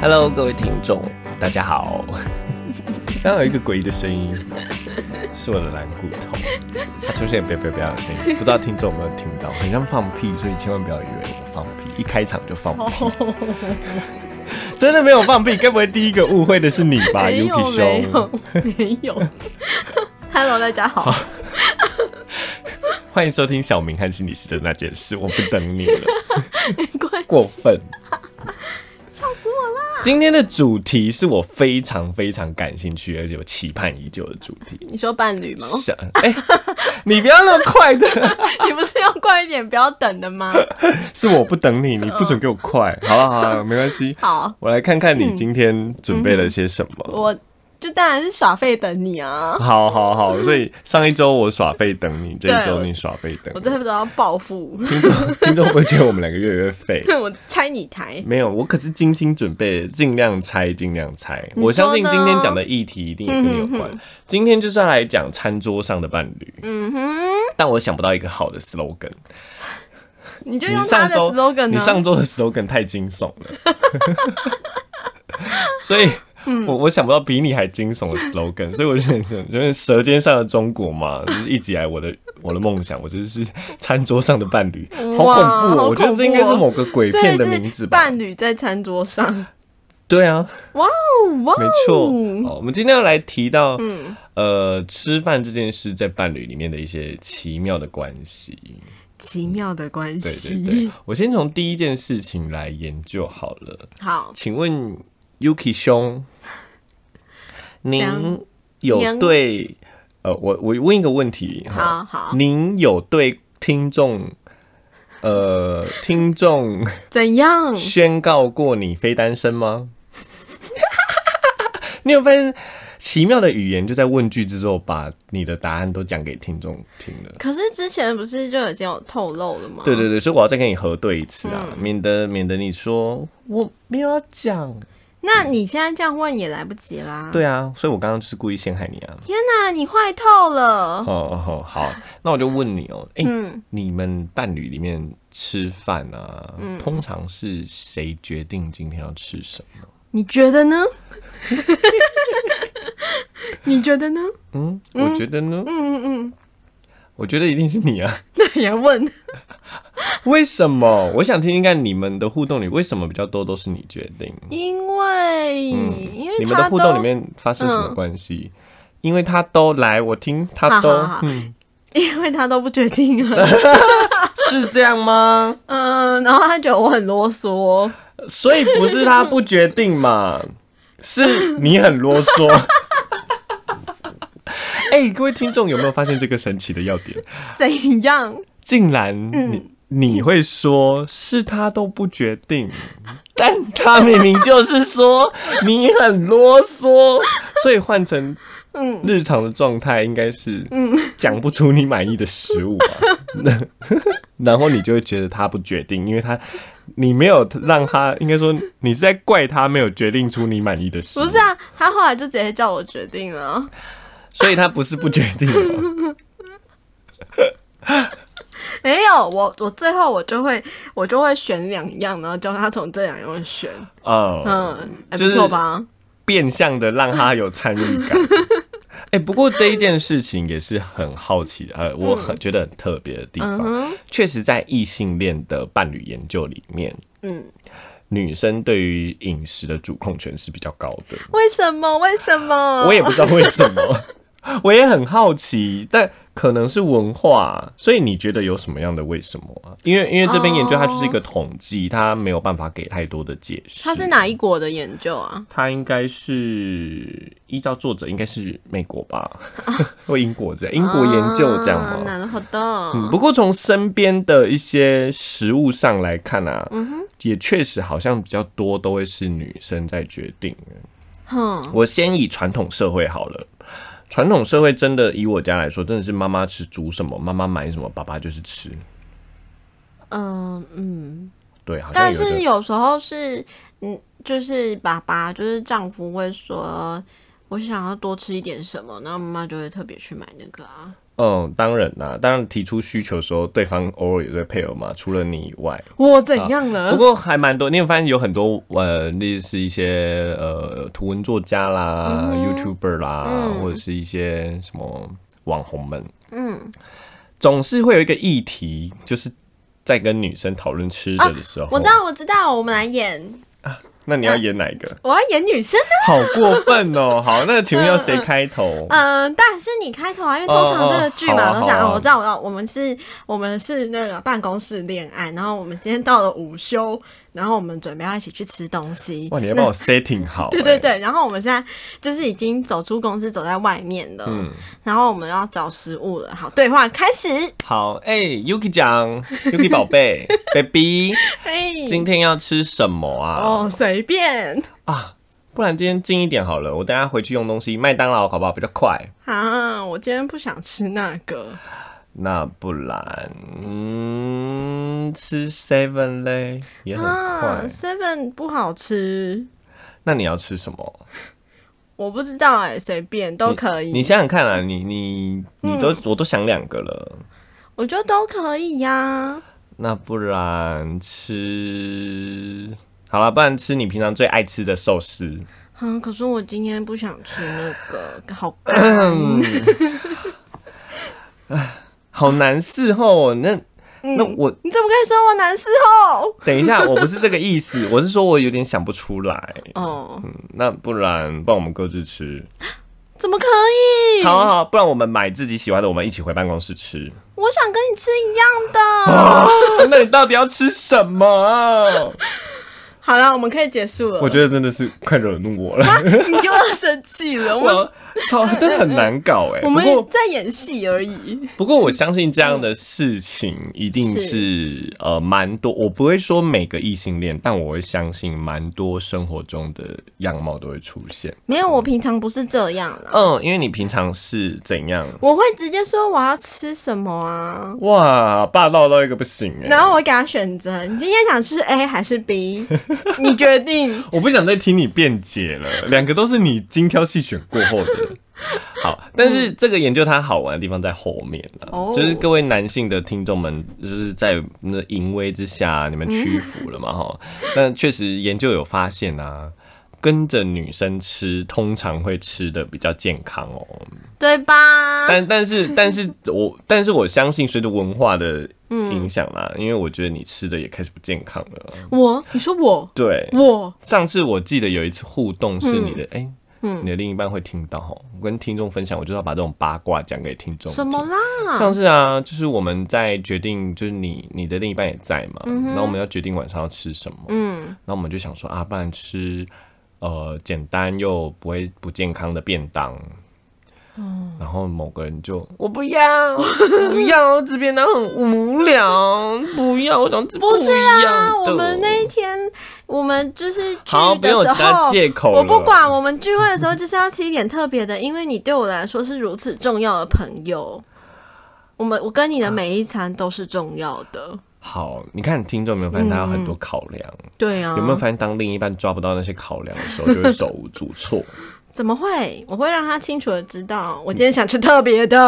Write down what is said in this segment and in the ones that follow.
Hello，各位听众，大家 好。刚刚有一个诡异的声音，是我的蓝骨头，它出现“别别别”的声 音，不知道听众有没有听到，很像放屁，所以千万不要以为我放屁，一开场就放哦屁，真的没有放屁，该不会第一个误会的是你吧 没有，Yuki 没兄有？没有。Hello，大家好，欢迎收听小明和心理师的那件事，我不等你了， 没 关过系，分。 笑死我啦！今天的主题是我非常非常感兴趣，而且我期盼已久的主题。你说伴侣吗？想，哎、你不要那么快的。 你不是要快一点，不要等 的吗？是我不等你，你不准给我快，好了好了，没关系。哦好，嗯我来看看你今天准备了些什么。我就当然是耍废等你啊！好好好，所以上一周我耍废等你，这一周你耍废等我我。真的不知道要报复， 听众听众会觉得我们两个越来越废。我拆你台。没有，我可是精心准备，尽量猜，尽量猜。说呢我相信今天讲的议题一定也跟你有关。今天就是要来讲餐桌上的伴侣，嗯哼，但我想不到一个好的 slogan。你就你用他上的周 slogan 啊你呢？上周的 slogan 太惊悚了， 所以。嗯我我想不到比你还惊悚的 slogan，所以我就很想，就是《舌尖上的中国》嘛，就是一直以来我的我的梦想，我就是餐桌上的伴侣，好恐哇怖、哦！好我觉得这应该是某个鬼所片以的名字是吧？伴侣在餐桌上。对啊，哇哦哇哦！没错。好，我们今天要来提到，嗯呃，吃饭这件事在伴侣里面的一些奇妙的关系。奇妙的关对系。对对，我先从第一件事情来研究好了。好，请问 Yuki 兄，您样有娘对呃，我我问一个问题，好哈好您有对听众呃听众怎样？宣告过你非单身吗？你有发现奇妙的语言就在问句之后，把你的答案都讲给听众听了。可是之前不是就已经有透露了吗？对对对，所以我要再跟你核对一次啊，免得免得你说我没有要讲，那你现在这样问也来不及啦。，对啊，所以我刚刚就是故意陷害你啊。天哪，你坏透了。哦哦好，那我就问你哦，哎、嗯，你们伴侣里面吃饭啊，嗯通常是谁决定今天要吃什么？你觉得 呢？你觉得呢？嗯，我觉得呢，嗯嗯嗯，我觉得一定是你啊。 那也要问。为什么？我想听听看你们的互动里，为什么比较多都是你决定？因为、因为你们他的都互动里面发生什么嗯关系？因为他都来，我听他都，好好好嗯，因为他都不决 定啊。是这样吗？嗯，然后他觉得我很啰嗦。所以不是他不决定嘛，是你很啰嗦。 哎、各位听众有没有发现这个神奇的要点？怎样？竟然嗯你、你会说是他都不决 定，但他明明就是说你很啰嗦，所以换成 嗯日常的状态应该是嗯，讲不出你满意的食物吧， 然后你就会觉得他不决定，因为他你没有让他，应该说你是在怪他没有决定出你满意的食物，不是啊，他后来就直接叫我决定了。所以他不是不决定 哦，没有，我我最后我就会我就会选两样，然后叫他从这两样选。嗯，嗯，还就不是错吧？变相的让他有参与 感。哎、不过这一件事情也是很好奇的，呃，我很觉得很特别的地嗯方，哼，确、实在异性恋的伴侣研究里面，嗯，女生对于饮食的主控权是比较高的。为什么？为什么？我也不知道为什么， 我也很好奇，但可能是文化，啊所以你觉得有什么样的为什么啊？因为因为这边研究它就是一个统计，它没有办法给太多的解释。他是？哪一国的研究啊？它应该是依照作者应该是美国 吧，或英国这样，英国研究这样啊吗？なるほ嗯，ど。不过从身边的一些食物上来看啊，嗯也确实好像比较多都会是女生在决定。哼，我先以传统社会好了。传统社会真的以我家来说，真的是妈妈吃煮什么，妈妈买什么，爸爸就是吃。嗯嗯，对，好像但有一个是有时候是，嗯，就是爸爸，就是丈夫会说。我想要多吃一点什么，然后妈妈就会特别去买那个啊。嗯，当然啦，当然提出需求的时候，对方偶尔也会配合嘛，除了你以外。我怎样了嗯啊不？过还蛮多，你有发现有很多呃，类似一些呃图文作家啦、YouTuber 啦，或者是一些什么网红们，嗯，总是会有一个议题，就是在跟女生讨论吃的的时候，我知，道，我知道，我们来演，那你要演哪一 个？我要演女生呢？好过分哦！ 好，那请问要谁开头？嗯，但是你开头啊，因为哦通常这个剧哦嘛好啊都想好啊哦我知道，我知道，我们是，我们是那个办公室恋爱，然后我们今天到了午休，然后我们准备要一起去吃东西。哇，你哎要帮我 setting 好、对对，对，然后我们现在就是已经走出公司，走在外面了，嗯，然后我们要找食物了。好，对话开始。好，哎、y u k i 讲，Yuki 宝贝，baby，嗯嘿今天要吃什么啊？哦，随便啊，不然今天近一点好了，我等下回去用东西，麦当劳好不好？比较快。啊，我今天不想吃那个。那不然，嗯，吃 Seven 嘞，也很快。啊，Seven 不好吃，那你要吃什么？我不知道哎、随便都你可以，你想想看啊，你你你都、我都想两个了。我觉得都可以呀、那不然吃好了，不然吃你平常最爱吃的寿司。嗯，可是我今天不想吃那个，好干。好难伺候哦，那那我你怎么可以说我难伺候？等一下，我不是这个意思，我是说我有点想不出来。哦，嗯，那不然，不然我们各自吃。怎么可以？好好啊好，不然我们买自己喜欢的，我们一起回办公室吃。我想跟你吃一样的。啊哦那你到底要吃什么？好了，我们可以结束了。我觉得真的是快惹怒我了，得你又要生气了，我们啊 我操，真的很难搞哎、我啊不们过在演戏而已。不过我相信这样的事情一定是呃蛮多，我不会说每个异性恋，但我会相信蛮多生活中的样貌都会出现。没有，我平常不是这样啦，嗯，因为你平常是怎样？我会直接说我要吃什么啊，哇，霸道到一个不行哎、然后我给他选择，你今天想吃 A 还是 B？你决定。我不想再听你辩解了，两个都是你精挑细选过后的。好，但是这个研究它好玩的地方在后面了、哦就是各位男性的听众们，就是在那淫威之下，你们屈服了嘛哈？但确实研究有发现啊，跟着女生吃，通常会吃的比较健康哦。对吧？但但是但是我但是我相信随着文化的影响啦、因为我觉得你吃的也开始不健康了。我，你说我，对，我上次我记得有一次互动是你嗯的，哎、你的另一半会听到哈。我跟听众分享，我就是要把这种八卦讲给听众。什么？啦？上次啊，就是我们在决定，就是你你的另一半也在嘛，嗯然后我们要决定晚上要吃什么，嗯，然后我们就想说啊，不然吃呃简单又不会不健康的便当。嗯然后某个人就我不要，不要这便当很无聊，不要，我想吃不是啊，我们那一天我们就是聚好，不的用时其他候，借口了。我不管，我们聚会的时候就是要吃一点特别的，因为你对我来说是如此重要的朋友。我们我跟你的每一餐都是重要的，好，你看听众有没有发现他有很多考量？对啊，有没有发现当另一半抓不到那些考量的时候，就会手无足措？怎么会？我会让他清楚的知道，我今天想吃特别 的。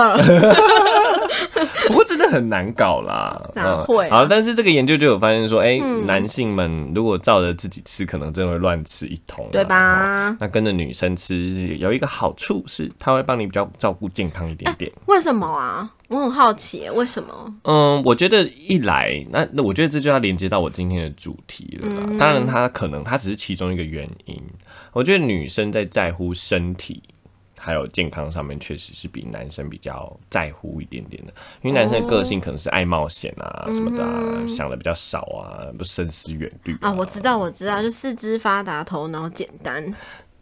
不过真的很难搞啦。嗯哪会啊嗯好，但是这个研究就有发现说，哎、男性们如果照着自己吃，可能真的会乱吃一通，啊对吧哦那跟着女生吃有一个好处是，他会帮你比较照顾健康一点点。为什么啊？我很好奇耶，为什么？嗯，我觉得一来，那那我觉得这就要连接到我今天的主题了啦。当然，它可能它只是其中一个原因。我觉得女生在在乎身体还有健康上面，确实是比男生比较在乎一点点的，因为男生的个性可能是爱冒险啊什么的、啊，想的比较少啊，不深思远虑啊，我知道，我知道，就四肢发达，头脑简单。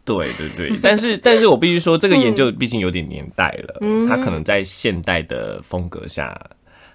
对对 对，但是但是我必须说，这个研嗯究毕竟有点年代了，它可能在现代的风格下，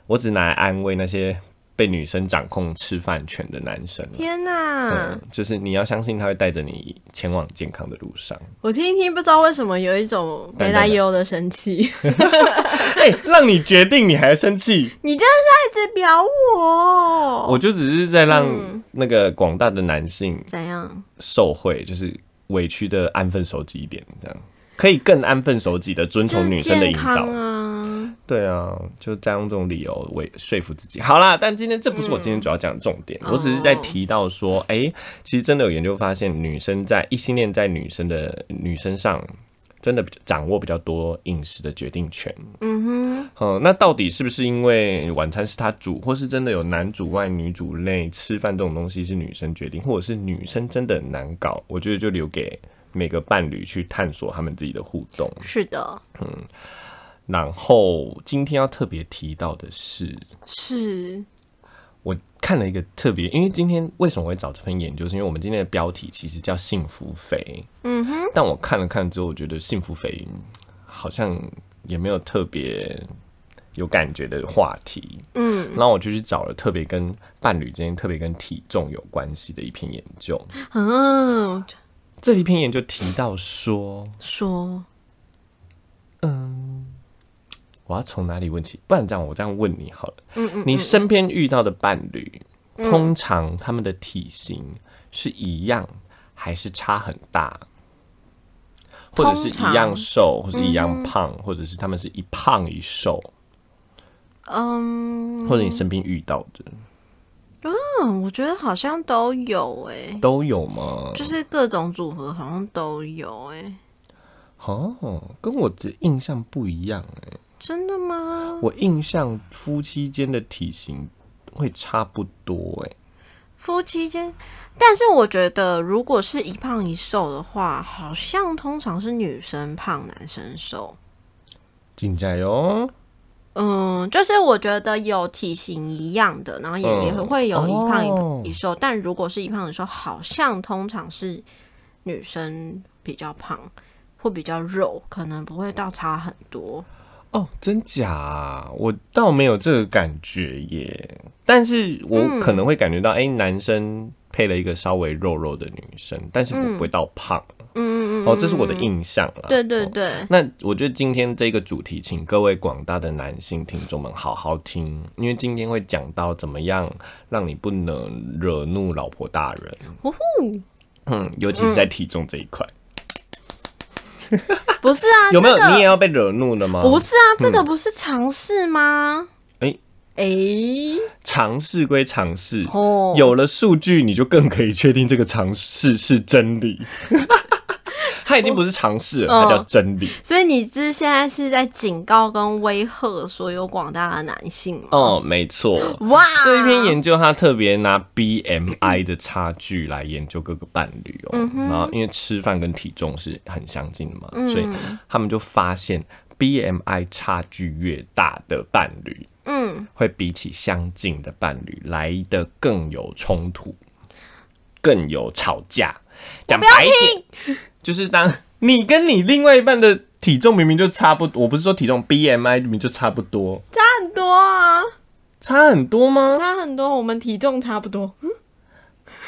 我只拿来安慰那些被女生掌控吃饭权的男生。天哪、嗯，就是你要相信他会带着你前往健康的路上。 我听一听，不知道为什么有一种没来由的生气。哎、让你决定，你还生气？你就是要一直表我，我就只是在让嗯那个广大的男性怎样？受贿，就是委屈的安分守己一点，这样可以更安分守己的遵就从是女生的健引康导。啊，对啊，就再用这种理由为说服自己。好啦，但今天这不是我今天主要讲的重点，我只是在提到说，哎、其实真的有研究发现，女生在异性恋在女生的女生上。真的比较掌握比较多饮食的决定权，嗯哼，嗯，那到底是不是因为晚餐是她煮，或是真的有男主外女主内，吃饭这种东西是女生决定，或者是女生真的很难搞？我觉得就留给每个伴侣去探索他们自己的互动。是的，然后今天要特别提到的是，是我看了一个特别，因为今天为什么我会找这份研究，是因为我们今天的标题其实叫“幸福肥”。嗯哼，但我看了看之后，我觉得“幸福肥”好像也没有特别有感觉的话题。嗯，然后我就去找了特别跟伴侣之间、特别跟体重有关系的一篇研究。嗯，这一篇研究提到说，说我要从哪里问起？不然这样，我这样问你好了。嗯嗯你身边遇到的伴侣，嗯通常他们的体型是一样，还是差很大？或者是一样瘦，或者一样胖，或者是他们是一胖一瘦，嗯或者你身边遇到的嗯，我觉得好像都有诶、都有吗？就是各种组合好像都有欸诶、哦，跟我的印象不一样哎、真的吗？我印象夫妻间的体型会差不多哎、夫妻间，但是我觉得如果是一胖一瘦的话，好像通常是女生胖，男生瘦。进加油！嗯，就是我觉得有体型一样的，然后也、也嗯会有一哦胖一一瘦，但如果是一胖一瘦，好像通常是女生比较胖或比较肉，可能不会到差很多。哦，真假啊？我倒没有这个感觉耶，但是嗯我可能会感觉到，哎、男生配了一个稍微肉肉的女生，但是我不会到胖。嗯嗯哦，这是我的印象啦。对对哦对，那我觉得今天这个主题，请各位广大的男性听众们好好听，因为今天会讲到怎么样让你不能惹怒老婆大人。呼呼，嗯，尤其是在体重这一块， 不是啊，有没嗯有这个你也要被惹怒了吗？不是啊，这个不是尝试吗？诶，尝试归尝试，哦有了数据，你就更可以确定这个尝试 是真理。它已经不是尝试了，哦它叫真理。所以你这现在是在警告跟威吓所有广大的男性吗？哦，没错。哇，这一篇研究，它特别拿 BMI 的差距来研究各个伴侣哦。然后，因为吃饭跟体重是很相近的嘛，所以他们就发现 BMI 差距越大的伴侣，嗯，会比起相近的伴侣来的更有冲突，更有吵架。讲白一点，就是当你跟你另外一半的体重明明就差不多，我不是说体重 BMI 明明就差不多，差很多啊，差很多吗差很多，我们体重差不多。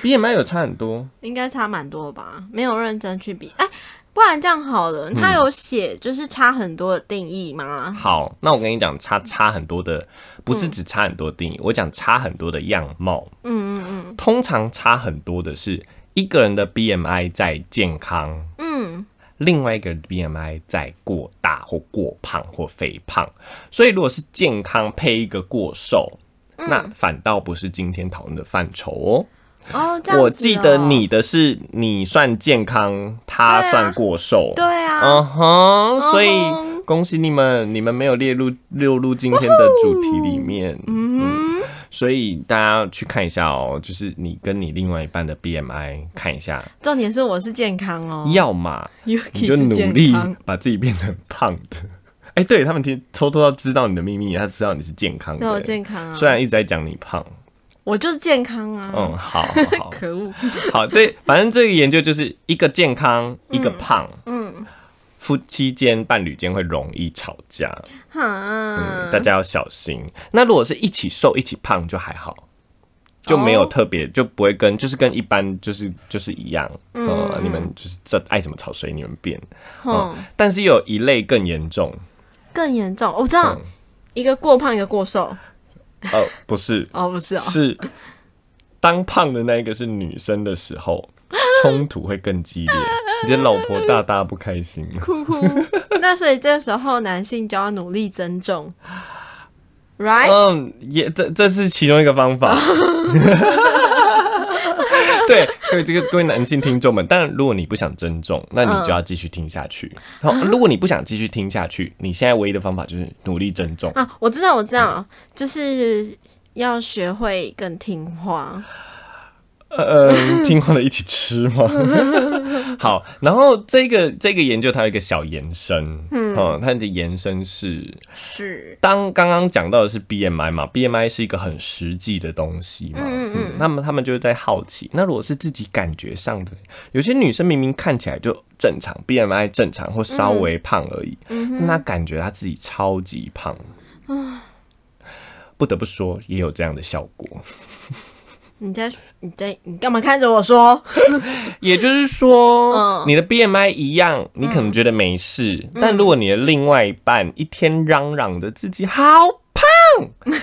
？BMI 有差很多，应该差蛮多吧？没有认真去比，哎，不然这样好了，他有写就是差很多的定义吗？好，那我跟你讲，差差很多的，不是只差很多定义，我讲差很多的样貌。嗯嗯嗯，通常差很多的是一个人的 BMI 在健康，嗯，另外一个 BMI 在过大或过胖或肥胖，所以如果是健康配一个过瘦，嗯那反倒不是今天讨论的范畴嗯哦。哦，这样子哦我记得你的是你算健康，他啊算过瘦。对啊，嗯哼，所以嗯哼恭喜你们，你们没有列入列入今天的主题里面。嗯，所以大家去看一下哦，就是你跟你另外一半的 BMI 看一下，重点是我是健康哦，要么 Yuki 嗯你就是努健力康把自己变成胖的。 哎、对他们听偷偷要知道你的秘密，他知道你是健康那我的。健康啊，虽然一直在讲你胖，我就是健康啊，嗯，好好好可恶，好，这反正这个研究就是一个健康，一个胖，嗯，夫妻间、伴侣间会容易吵架，哈，嗯嗯大家要小心。那如果是一起瘦一起胖就还好，就没有哦特别，就不会跟就是跟一般就是就是一样，呃，你们就是这爱怎么吵随你们便，嗯嗯，但是有一类更严重，更严重，我知道嗯，一个过胖一个过瘦，呃， 不是，哦，不是哦，是当胖的那一个是女生的时候，冲突会更激烈。你的老婆大大不开心了。哭哭。那所以这时候男性就要努力 增重，right？嗯，也这这是其中一个方法。对，各位这个各位男性听众们，当然如果你不想增重，那你就要继续听下去。好、如果你不想继续听下去，你现在唯一的方法就是努力增重。啊，我知道，我知道，就是要学会更听话。呃，听话的一起吃吗？好，然后这个这个研究它有一个小延伸，嗯，它的延伸是是，当刚刚讲到的是 BMI 嘛，BMI 是一个很实际的东西嘛，嗯嗯嗯嗯那么他们就是在好奇，那如果是自己感觉上的，有些女生明明看起来就正常，BMI 正常或稍微胖而已，嗯但她感觉她自己超级胖，啊不得不说也有这样的效果。你在你在你干嘛看着我说？也就是说，嗯你的 BMI 一样，你可能觉得没事，嗯但如果你的另外一半一天嚷嚷着自己好胖，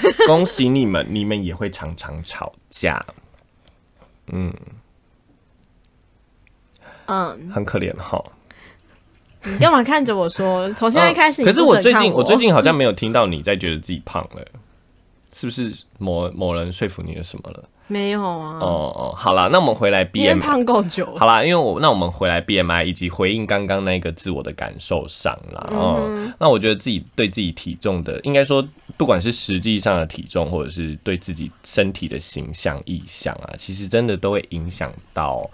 恭喜你们，你们也会常常吵架，嗯，很可怜哈。你干嘛看着我说？从现在开始嗯你可不准看，是我最近我最近好像没有听到你在觉得自己胖了。是不是某某人说服你了什么了？没有啊，嗯哦哦，好啦，那我们回来因为 BMI。胖够久 了，好啦，因为我那我们回来 BMI 以及回应刚刚那个自我的感受上啦，嗯哦、那我觉得自己对自己体重的，应该说不管是实际上的体重，或者是对自己身体的形象意向啊，其实真的都会影响到，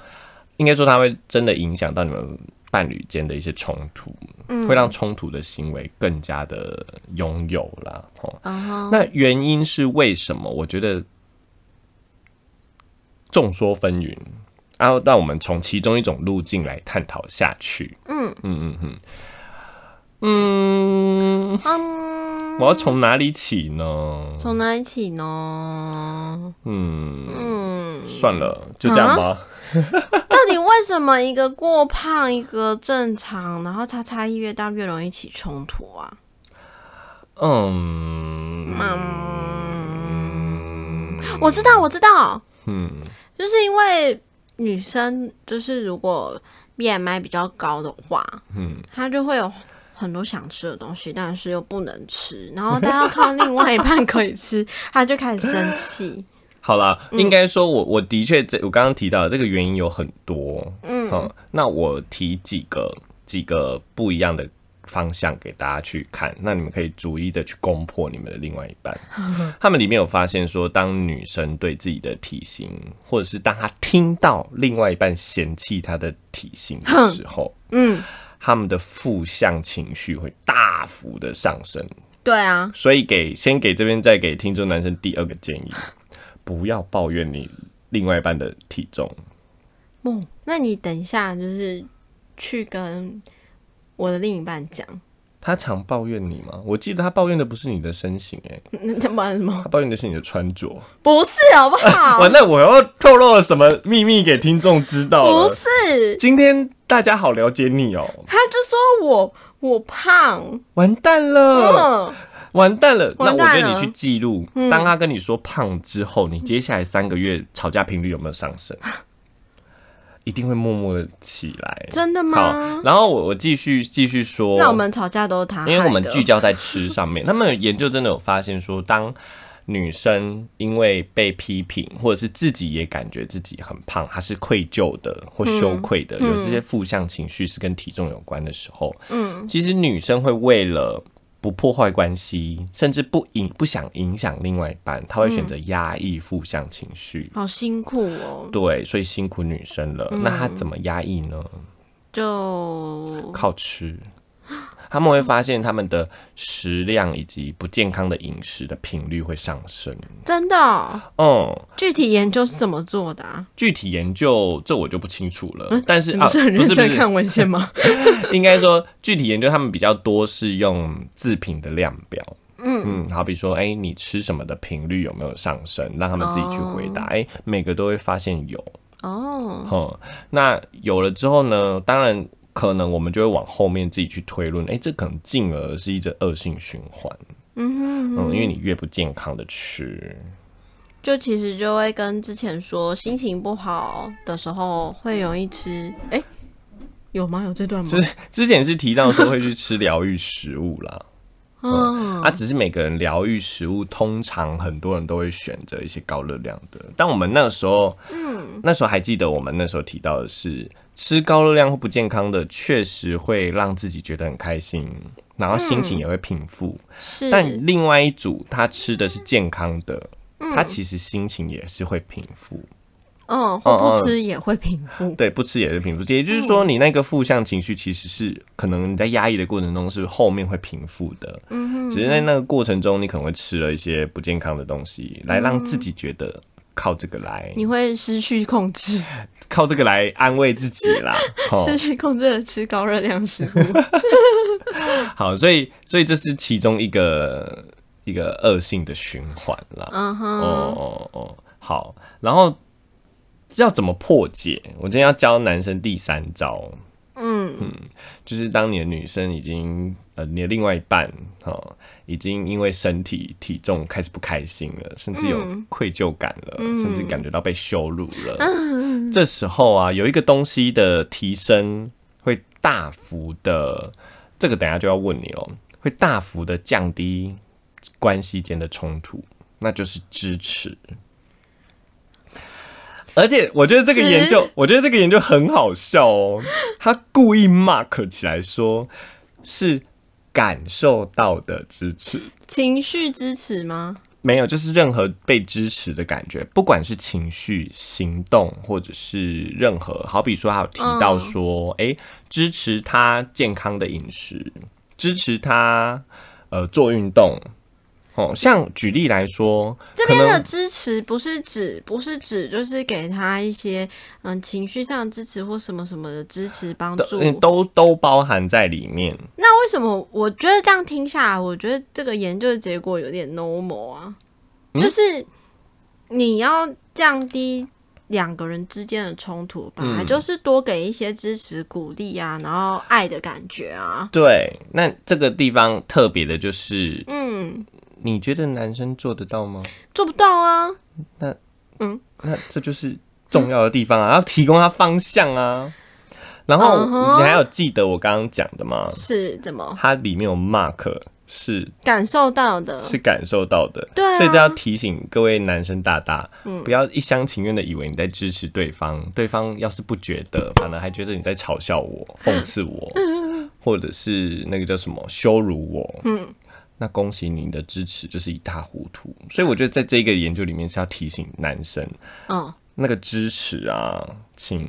应该说它会真的影响到你们伴侣间的一些冲突，嗯会让冲突的行为更加的拥有啦，哦，啊那原因是为什么？我觉得众说纷纭。然后，让我们从其中一种路径来探讨下去。嗯嗯嗯嗯嗯，嗯，我要从哪里起呢？从哪里起呢？嗯，嗯，算了，就这样吧。到底为什么一个过胖，一个正常，然后它差异越大，越容易起冲突啊？嗯我知道，我知道，嗯就是因为女生就是如果 BMI 比较高的话，嗯，她就会有很多想吃的东西，但是又不能吃，然后她要靠另外一半可以吃，她就开始 生气。好啦，应该说我我的确这我刚刚提到的这个原因有很多。嗯那我提几个几个不一样的方向给大家去看，那你们可以逐一的去攻破你们的另外一半。他们里面有发现说，当女生对自己的体型，或者是当她听到另外一半嫌弃她的体型的时候，嗯，他们的负向情绪会大幅的上升。对啊，所以给先给这边再给听众男生第二个建议， 不要抱怨你另外一半的体重。梦、哦那你等一下就是去跟我的另一半讲， 他常抱怨你吗？我记得他抱怨的不是你的身形、欸，那他玩什么他？抱怨的是你的穿着。不是好不哇，好？那我要透露了什么秘密给听众知道不了？是，今天大家好了解你哦、他就说我我胖，完蛋了，嗯，完蛋了。那完我蛋了嗯觉得你去记录，当他跟你说胖之后，你接下来三个月吵架频率有没有上 升？一定会默默的起来。真的好吗，？然后我我继续继续说，那我们吵架都是他害的，因为我们聚焦在吃上面，他们有研究真的有发现说，当女生因为被批评，或者是自己也感觉自己很胖，她是愧疚的或嗯羞愧的，有这些负向情绪是跟体重有关的时候，嗯，其实女生会为了。不破坏关系，甚至不影不想影响另外一半，她会选嗯择压抑负向情绪。好辛苦哦，对，所以辛苦女生了。嗯那她怎么压抑呢？就靠吃。他们会发现他们的食量以及不健康的饮食的频率会上升。真的哦、嗯，具体研究是怎么做的啊？具体研究这我就不清楚了，但是嗯你啊，不是很认真看不文献吗？是，应该说具体研究他们比较多是用自评的量表。嗯嗯，好比说，哎、你吃什么的频率有没有上升？让他们自己去回答。哎、每个都会发现有。哦，哼，那有了之后呢，当然可能我们就会往后面自己去推论，哎、这可能进而是一个恶性循环。嗯嗯，因为你越不健康的吃，就其实就会跟之前说心情不好的时候会容易吃，哎、有吗？有这段吗？就是之前是提到说会去吃疗愈食物 啦，嗯，啊，只是每个人疗愈食物，通常很多人都会选择一些高热量的。但我们那时候，嗯，那时候还记得我们那时候提到的是，吃高热量或不健康的，确实会让自己觉得很开心，然后心情也会平复。是，但另外一组他吃的是健康的，他其实心情也是会平复。嗯，或不吃也会平复，对，不吃也是平复。也就是说，你那个负向情绪其实是可能你在压抑的过程中是后面会平复的，嗯，只是在那个过程中你可能会吃了一些不健康的东西，来让自己觉得靠这个来，你会失去控制，靠这个来安慰自己 啦。齁失去控制的吃高热量食物。好，所以所以这是其中一个一个恶性的循环啦。嗯哼，哦哦哦，好，然后要怎么破解？我今天要教男生第三招。嗯就是当你的女生已经呃，你的另外一半哦，已经因为身体体重开始不开心了，甚至有嗯愧疚感了，甚至感觉到被羞辱了。啊这时候啊，有一个东西的提升会大幅的，这个等一下就要问你哦，会大幅的降低关系间的冲突，那就是支持。而且我觉得这个研究，我觉得这个研究很好笑哦。他故意 mark 起来说，是感受到的支持，情绪支持吗？没有，就是任何被支持的感觉，不管是情绪、行动，或者是任何，好比说他有提到说，诶，支持他健康的饮食，支持他呃做运动。哦，像举例来说，这可边的能支持不是指不是指就是给他一些嗯情绪上的支持或什么什么的支持帮助。都嗯都都包含在里面。那为什么我觉得这样听下来，我觉得这个研究的结果有点 normal 啊，嗯就是你要降低两个人之间的冲突吧，嗯就是多给一些支持、鼓励啊，然后爱的感觉啊。对，那这个地方特别的就是，嗯，你觉得男生做得到吗？做不到啊，那这就是重要的地方啊，要提供他方向啊。然后嗯哼你还有记得我刚刚讲的吗？是怎么它里面有 mark 是感受到的？是感受到的，对啊嗯所以这要提醒各位男生大大，不要一厢情愿的以为你在支持对方，对方要是不觉得，反而还觉得你在嘲笑 我、讽刺我，或者是那个叫什么羞辱我，嗯，那恭喜你的支持就是一塌糊涂。所以我觉得在这个研究里面是要提醒男生，嗯，那个支持啊，请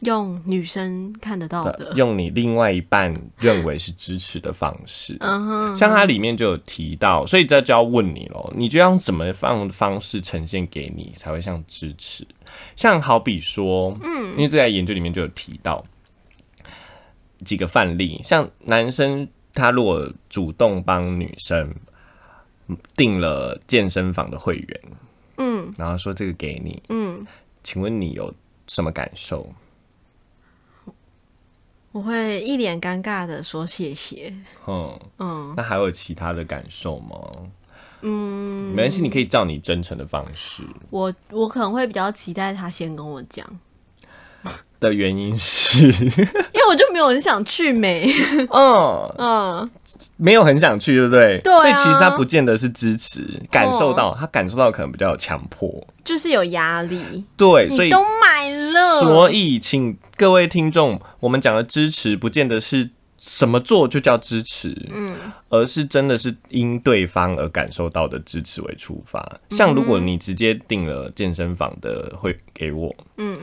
用女生看得到呃的。用你另外一半认为是支持的方式。嗯哼，像它里面就有提到，所以这就要问你咯，你就要用怎么样的方式呈现给你才会像支持？像好比说，嗯，因为这在研究里面就有提到几个范例，像男生他如果主动帮女生订了健身房的会员，嗯然后说这个给你，嗯，请问你有什么感受？我会一脸尴尬的说谢谢。嗯，嗯那还有其他的感受吗？嗯，没关系，你可以照你真诚的方式。我我可能会比较期待他先跟我讲，的原因 是，因为我就没有很想去美。嗯，嗯，没有很想去，对不对？对啊哦所以其实他不见得是支持，感受到、他感受到可能比较有强迫，就是有压力。对，所你以都买了，所以请各位听众，我们讲的支持，不见得是什么做就叫支持，嗯，而是真的是因对方而感受到的支持为出嗯发。像如果你直接订了健身房的会给我，嗯，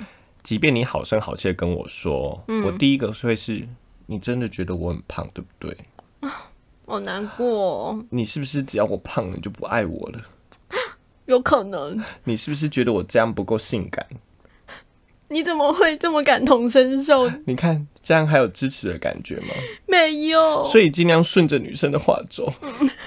即便你好声好气的跟我说，我第一个会是。你真的觉得我很胖，对不对？好难过哦，你是不是只要我胖了你就不爱我了？有可能。你是不是觉得我这样不够性感？你怎么会这么感同身受？你看这样还有支持的感觉吗？没有，所以尽量顺着女生的话走。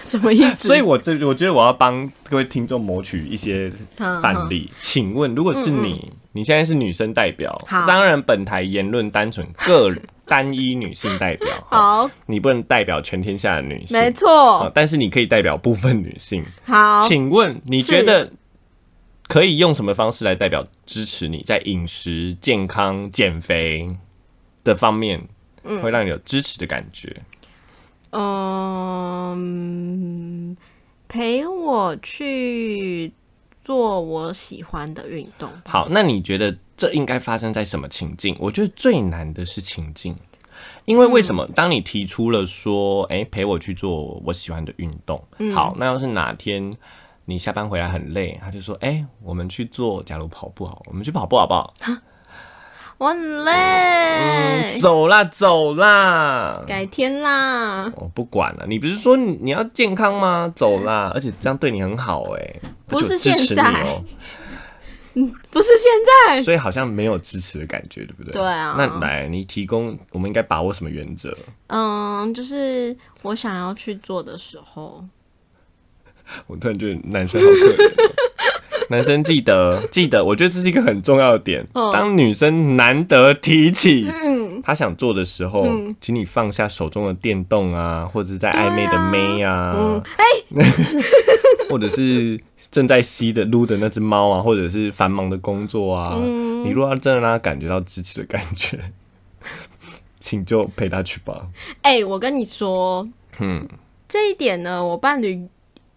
什么意思？所以我这我觉得我要帮各位听众谋取一些嗯范例。请问，如果是你，你现在是女生代表，好当然本台言论单纯，个单一女性代表， 好，你不能代表全天下的女性，没好错，但是你可以代表部分女性。好，请问你是觉得可以用什么方式来代表支持你在饮食、健康、减肥？的方面，会让你有支持的感觉。嗯，陪我去做我喜欢的运动。好，那你觉得这应该发生在什么情境？我觉得最难的是情境，因为为什么？当你提出了说，诶，陪我去做我喜欢的运动，嗯好，那要是哪天你下班回来很累，他就说，诶，我们去做，假如跑步好，我们去跑步好不好？我很累，走啦，走啦。改天啦。我不管了，你不是说你你要健康吗？走啦，而且这样对你很好哎、不是而且我支持现在你哦不是现 在，所以好像没有支持的感觉，对不对？对啊那来，你提供我们应该把握什么原则？嗯，就是我想要去做的时候，我突然觉得男生好可怜哦。男生记得记得，我觉得这是一个很重要的 点。嗯当女生难得提起嗯，她想做的时候，嗯请你放下手中的电动啊，或者是在暧昧的妹啊，嗯哎、 或者是正在吸的撸的那只猫啊，或者是繁忙的工作啊，嗯你如果要真的让她感觉到支持的感觉， 请就陪她去吧。哎、我跟你说，嗯，这一点呢，我伴侣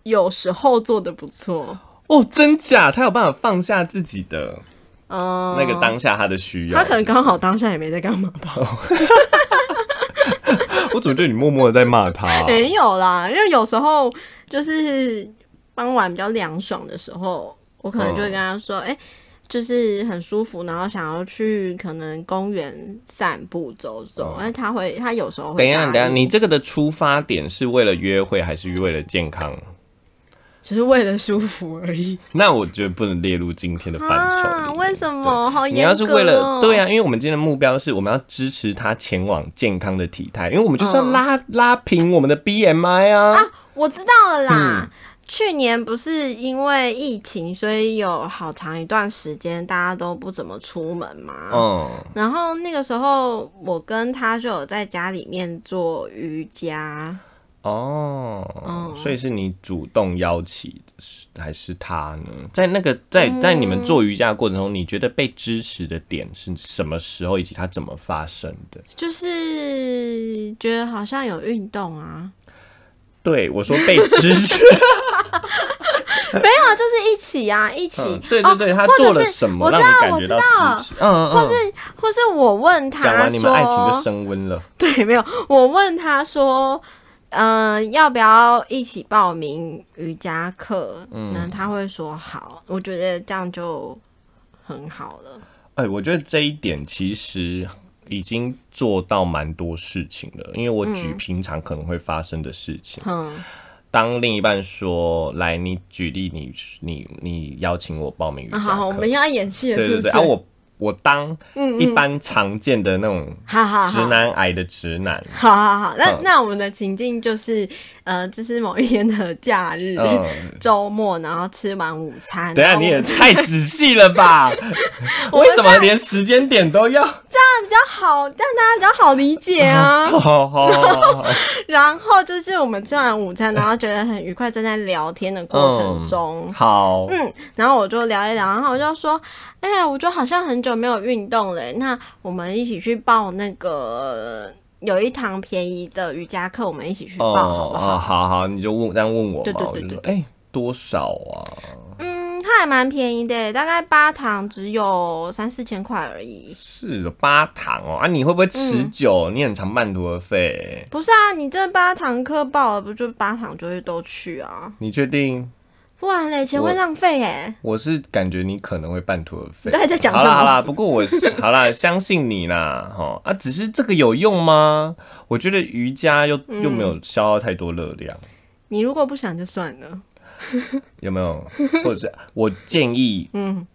有时候做的不错，哦，真假？她有办法放下自己的嗯，那个当下她的需要。哦他可能刚好当下也没在干嘛吧？我怎么觉得你默默的在骂 她、啊？哎没有啦，因为有时候就是傍晚比较凉爽的时候，我可能就会跟他说，嗯哎、就是很舒服，然后想要去可能公园散步走走，但他会，他有时候嗯会等一下，答等应一下，你这个的出发点是为了约会还是为了健康？只是为了舒服而已。那我觉得不能列入今天的范畴里啊，面为什么？好严你格、哦、要是为了对啊，因为我们今天的目标是我们要支持他前往健康的体态，因为我们就是嗯要拉、 拉平我们的 BMI 啊。我知道了嗯啦。去年不是因为疫情，所以有好长一段时间大家都不怎么出门嘛。嗯，然后那个时候，我跟他就有在家里面做瑜伽，哦嗯，所以是你主动邀起的是还是他呢？在那个在嗯在你们做瑜伽的过程中，你觉得被支持的点是什么时候，以及它怎么发生的？就是觉得好像有运动啊，对我说被支 持，没有，就是一起啊，一起。嗯对哦对对，他做了什么或者让是你我感觉知道，我知到道支，持？嗯嗯，或是或是我问他讲完你们爱情就说升温了。 对，没有，我问他说，呃，要不要一起报名瑜伽课？嗯，那他会说好，我觉得这样就很好了。哎，我觉得这一点其实已经做到蛮多事情了，因为我举平常可能会发生的事情。嗯，当另一半说：“来，你举例你，你你邀请我报名瑜啊、伽课。好，我们要演戏了，对是对不是？对，啊，我我当一般常见的那种好好直好。男癌的直男， 好好好，那、嗯那我们的情境就是，呃，这是某一天的假日嗯，周、末，然后吃完午餐，等一然下后你我也们太仔细了 吧？为什么连时间点都要？ 比较好，这样大家比较好理解 啊。好好好好好然后就是我们吃完午餐，然后觉得很愉快，正在聊天的过程中，好，嗯，然后我就聊一聊，然后我就说，哎、呀，我就好像很久没有运动欸了。那我们一起去报那个有一堂便宜的瑜伽课，我们一起去报 好不好？哦，好好，你就问这样问我嘛，对对我对就对说哎、多少啊？嗯，它还蛮便宜的，大概八堂只有三四千块而已。是哦八堂哦啊，你会不会嗯持久？你很常半途而废，不是啊，你这八堂课报了，不就八堂就会都去啊？你确定？不然嘞，钱我会浪费哎。我是感觉你可能会半途而废。你到底在讲好什啦么好啦，不过我是 好啦，相信你啦，哈啊，只是这个有用吗？我觉得瑜伽又又没有嗯消耗太多热量，你如果不想就算了，有没有？ 或者是我建议，嗯嗯，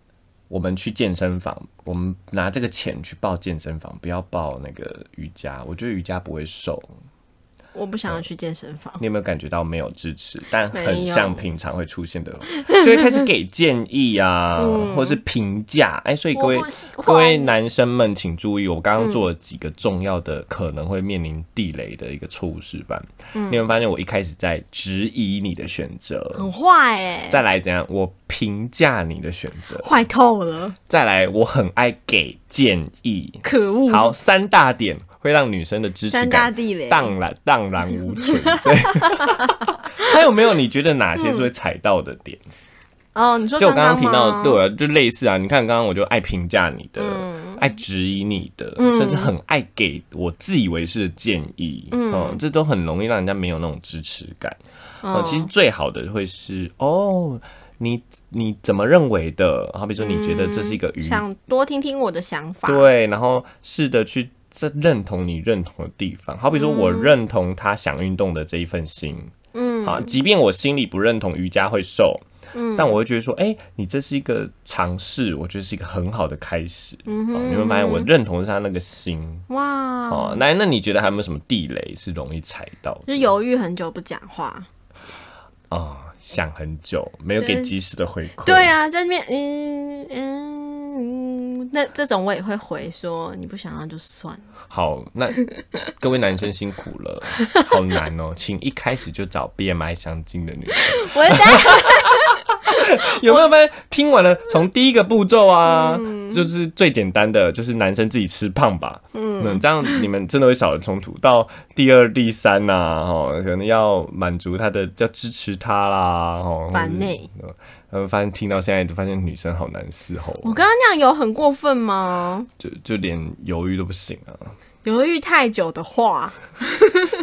我们去健身房，我们拿这个钱去报健身房，不要报那个瑜伽。我觉得瑜伽不会瘦，我不想要去健身房。你有没有感觉到没有支持，但没很有像平常会出现的，就会开始给建议啊，或是评价。哎，所以各位嗯我不喜欢各位男生们请注意，我刚刚做了几个重要的可能会面临地雷的一个错误示范。嗯你有没有发现我一开始在质疑你的选择，很坏哎、再来怎样？我评价你的选择，坏透了，再来我很爱给建议。可恶！好，三大点会让女生的支持嗯三大感地雷，荡然荡然无 存。 对，还有没有你觉得哪些是会踩到的点？哦，你说就我刚刚刚提到吗嗯的，对、啊，就类似啊。你看，刚刚我就爱评价你的，爱质疑你的，甚至很爱给我自以为是的建议，嗯这都很容易让人家没有那种支持感。嗯哦、其实最好的会是哦。你你怎么认为的？好比说，你觉得这是一个鱼想多听听我的想嗯法。对，然后试着去这认同你认同的地方，好比说我认同他想运动的这一份心，嗯，啊，即便我心里不认同瑜伽会瘦，但我会觉得说，哎、你这是一个尝试，我觉得是一个很好的开始，嗯你会发现我认同是他那个心，哇，哦，那那你觉得还有没有什么地雷是容易踩到就是犹豫很久不讲话。啊、想很久，没有给及时的回馈，对啊，在那边嗯嗯嗯，那这种我也会回说你不想要就算了。好，那各位男生辛苦了，好难哦，请一开始就找 BMI 相近的女生。 我在 有没有发现？听完了，从第一个步骤啊，嗯就是最简单的，就是男生自己吃胖吧。嗯，这样你们真的会少了冲突。到第二、第三呐、啊，哦，可能要满足他的，要支持他啦，哦，烦欸呃，发现听到现在，就发现女生好难伺候啊我刚刚那样有很过分吗？就就连犹豫都不行啊。 犹豫太久的话，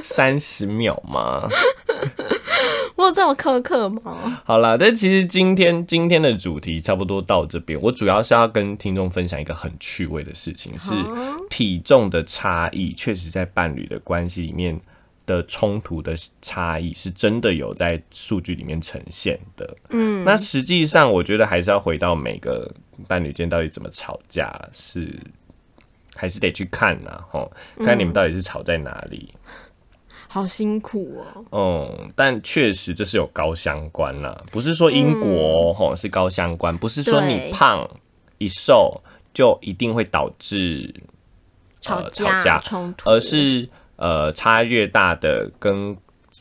三十秒嘛，我有这么苛刻吗？好啦，但其实今天今天的主题差不多到这边，我主要是要跟听众分享一个很趣味的事情，是体重的差异，确实在伴侣的关系里面的冲突的差异，是真的有在数据里面呈现的。嗯，那实际上我觉得还是要回到每个伴侣间到底怎么吵架是。还是得去看呐、啊，吼，看你们到底是吵在哪里。好辛苦哦，嗯，但确实这是有高相关啦、不是说因果哦吼、是高相关，不是说你对胖一瘦就一定会导致吵呃吵架架冲突，而是呃差越大的跟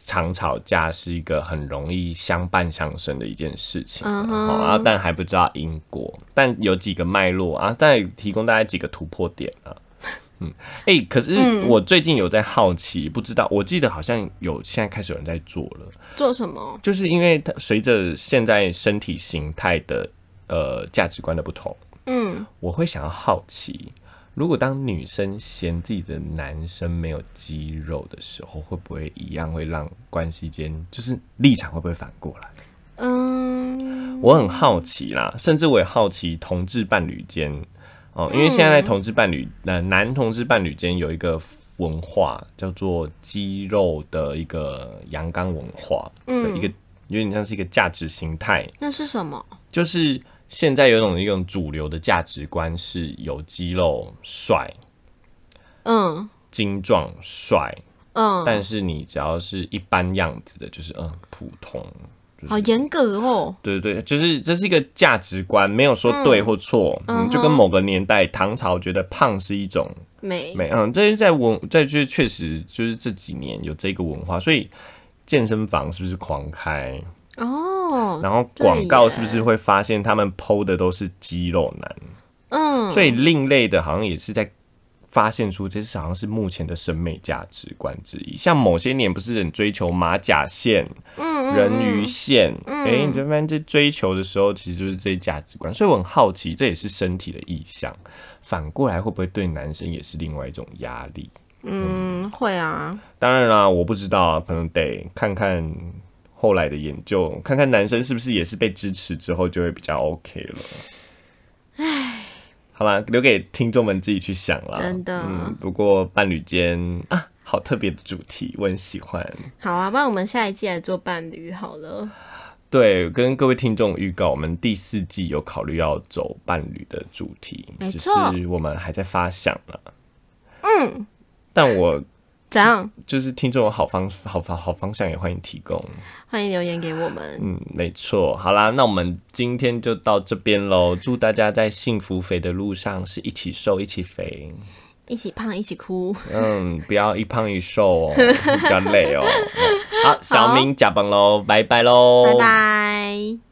常吵架是一个很容易相伴相生的一件事情啊，嗯然哼后、啊但还不知道因果，但有几个脉络啊，但也提供大家几个突破点啊。嗯，哎、可是我最近有在好奇，不知道，我记得好像有现在开始有人在做了，做什么？就是因为它随着现在身体形态的呃价值观的不同，嗯，我会想要好奇，如果当女生嫌自己的男生没有肌肉的时候，会不会一样会让关系间就是立场会不会反过来？嗯，我很好奇啦，甚至我也好奇同志伴侣间哦、因为现在同志伴侣，呃，男同志伴侣间有一个文化叫做肌肉的一个阳刚文化的一个，有点像是一个价值形态，那是什么？就是现在有一种一种主流的价值观是有肌肉帅。嗯精壮帅，嗯，但是你只要是一般样子的，就是嗯普通，嗯好严格哦，对对对，就是这是一个价值观，没有说对或错，嗯，就跟某个年代唐朝觉得胖是一种没美，嗯，这是在文在就是确实就是这几年有这个文化，所以健身房是不是狂开？哦，然后广告对耶是不是会发现他们剖的都是肌肉男？嗯，最另类的，好像也是在发现出这是好像是目前的审美价值观之一。像某些年不是很追求马甲线、嗯人鱼线，哎、你就发现这追求的时候，其实就是这些价值观。所以我很好奇，这也是身体的意向，反过来会不会对男生也是另外一种压力？嗯会啊，当然啦，我不知道啊，可能得看看。后来的研究，看看男生是不是也是被支持之后就会比较 OK 了。好啦，留给听众们自己去想啦。真的嗯，不过伴侣间啊，好特别的主题，我很喜欢。好啊，不然我们下一季来做伴侣好了。对，跟各位听众预告，我们第四季有考虑要走伴侣的主题，没只错是我们还在发想啦。嗯，但我怎样？就是听众有好方好方好方向，也欢迎提供。欢迎留言给我们。嗯，没错。好啦，那我们今天就到这边喽。祝大家在幸福肥的路上是一起瘦一起肥。一起胖，一起哭。 嗯，不要一胖一瘦哦， 比较累哦。嗯好，小明加班喽，拜拜喽，拜拜。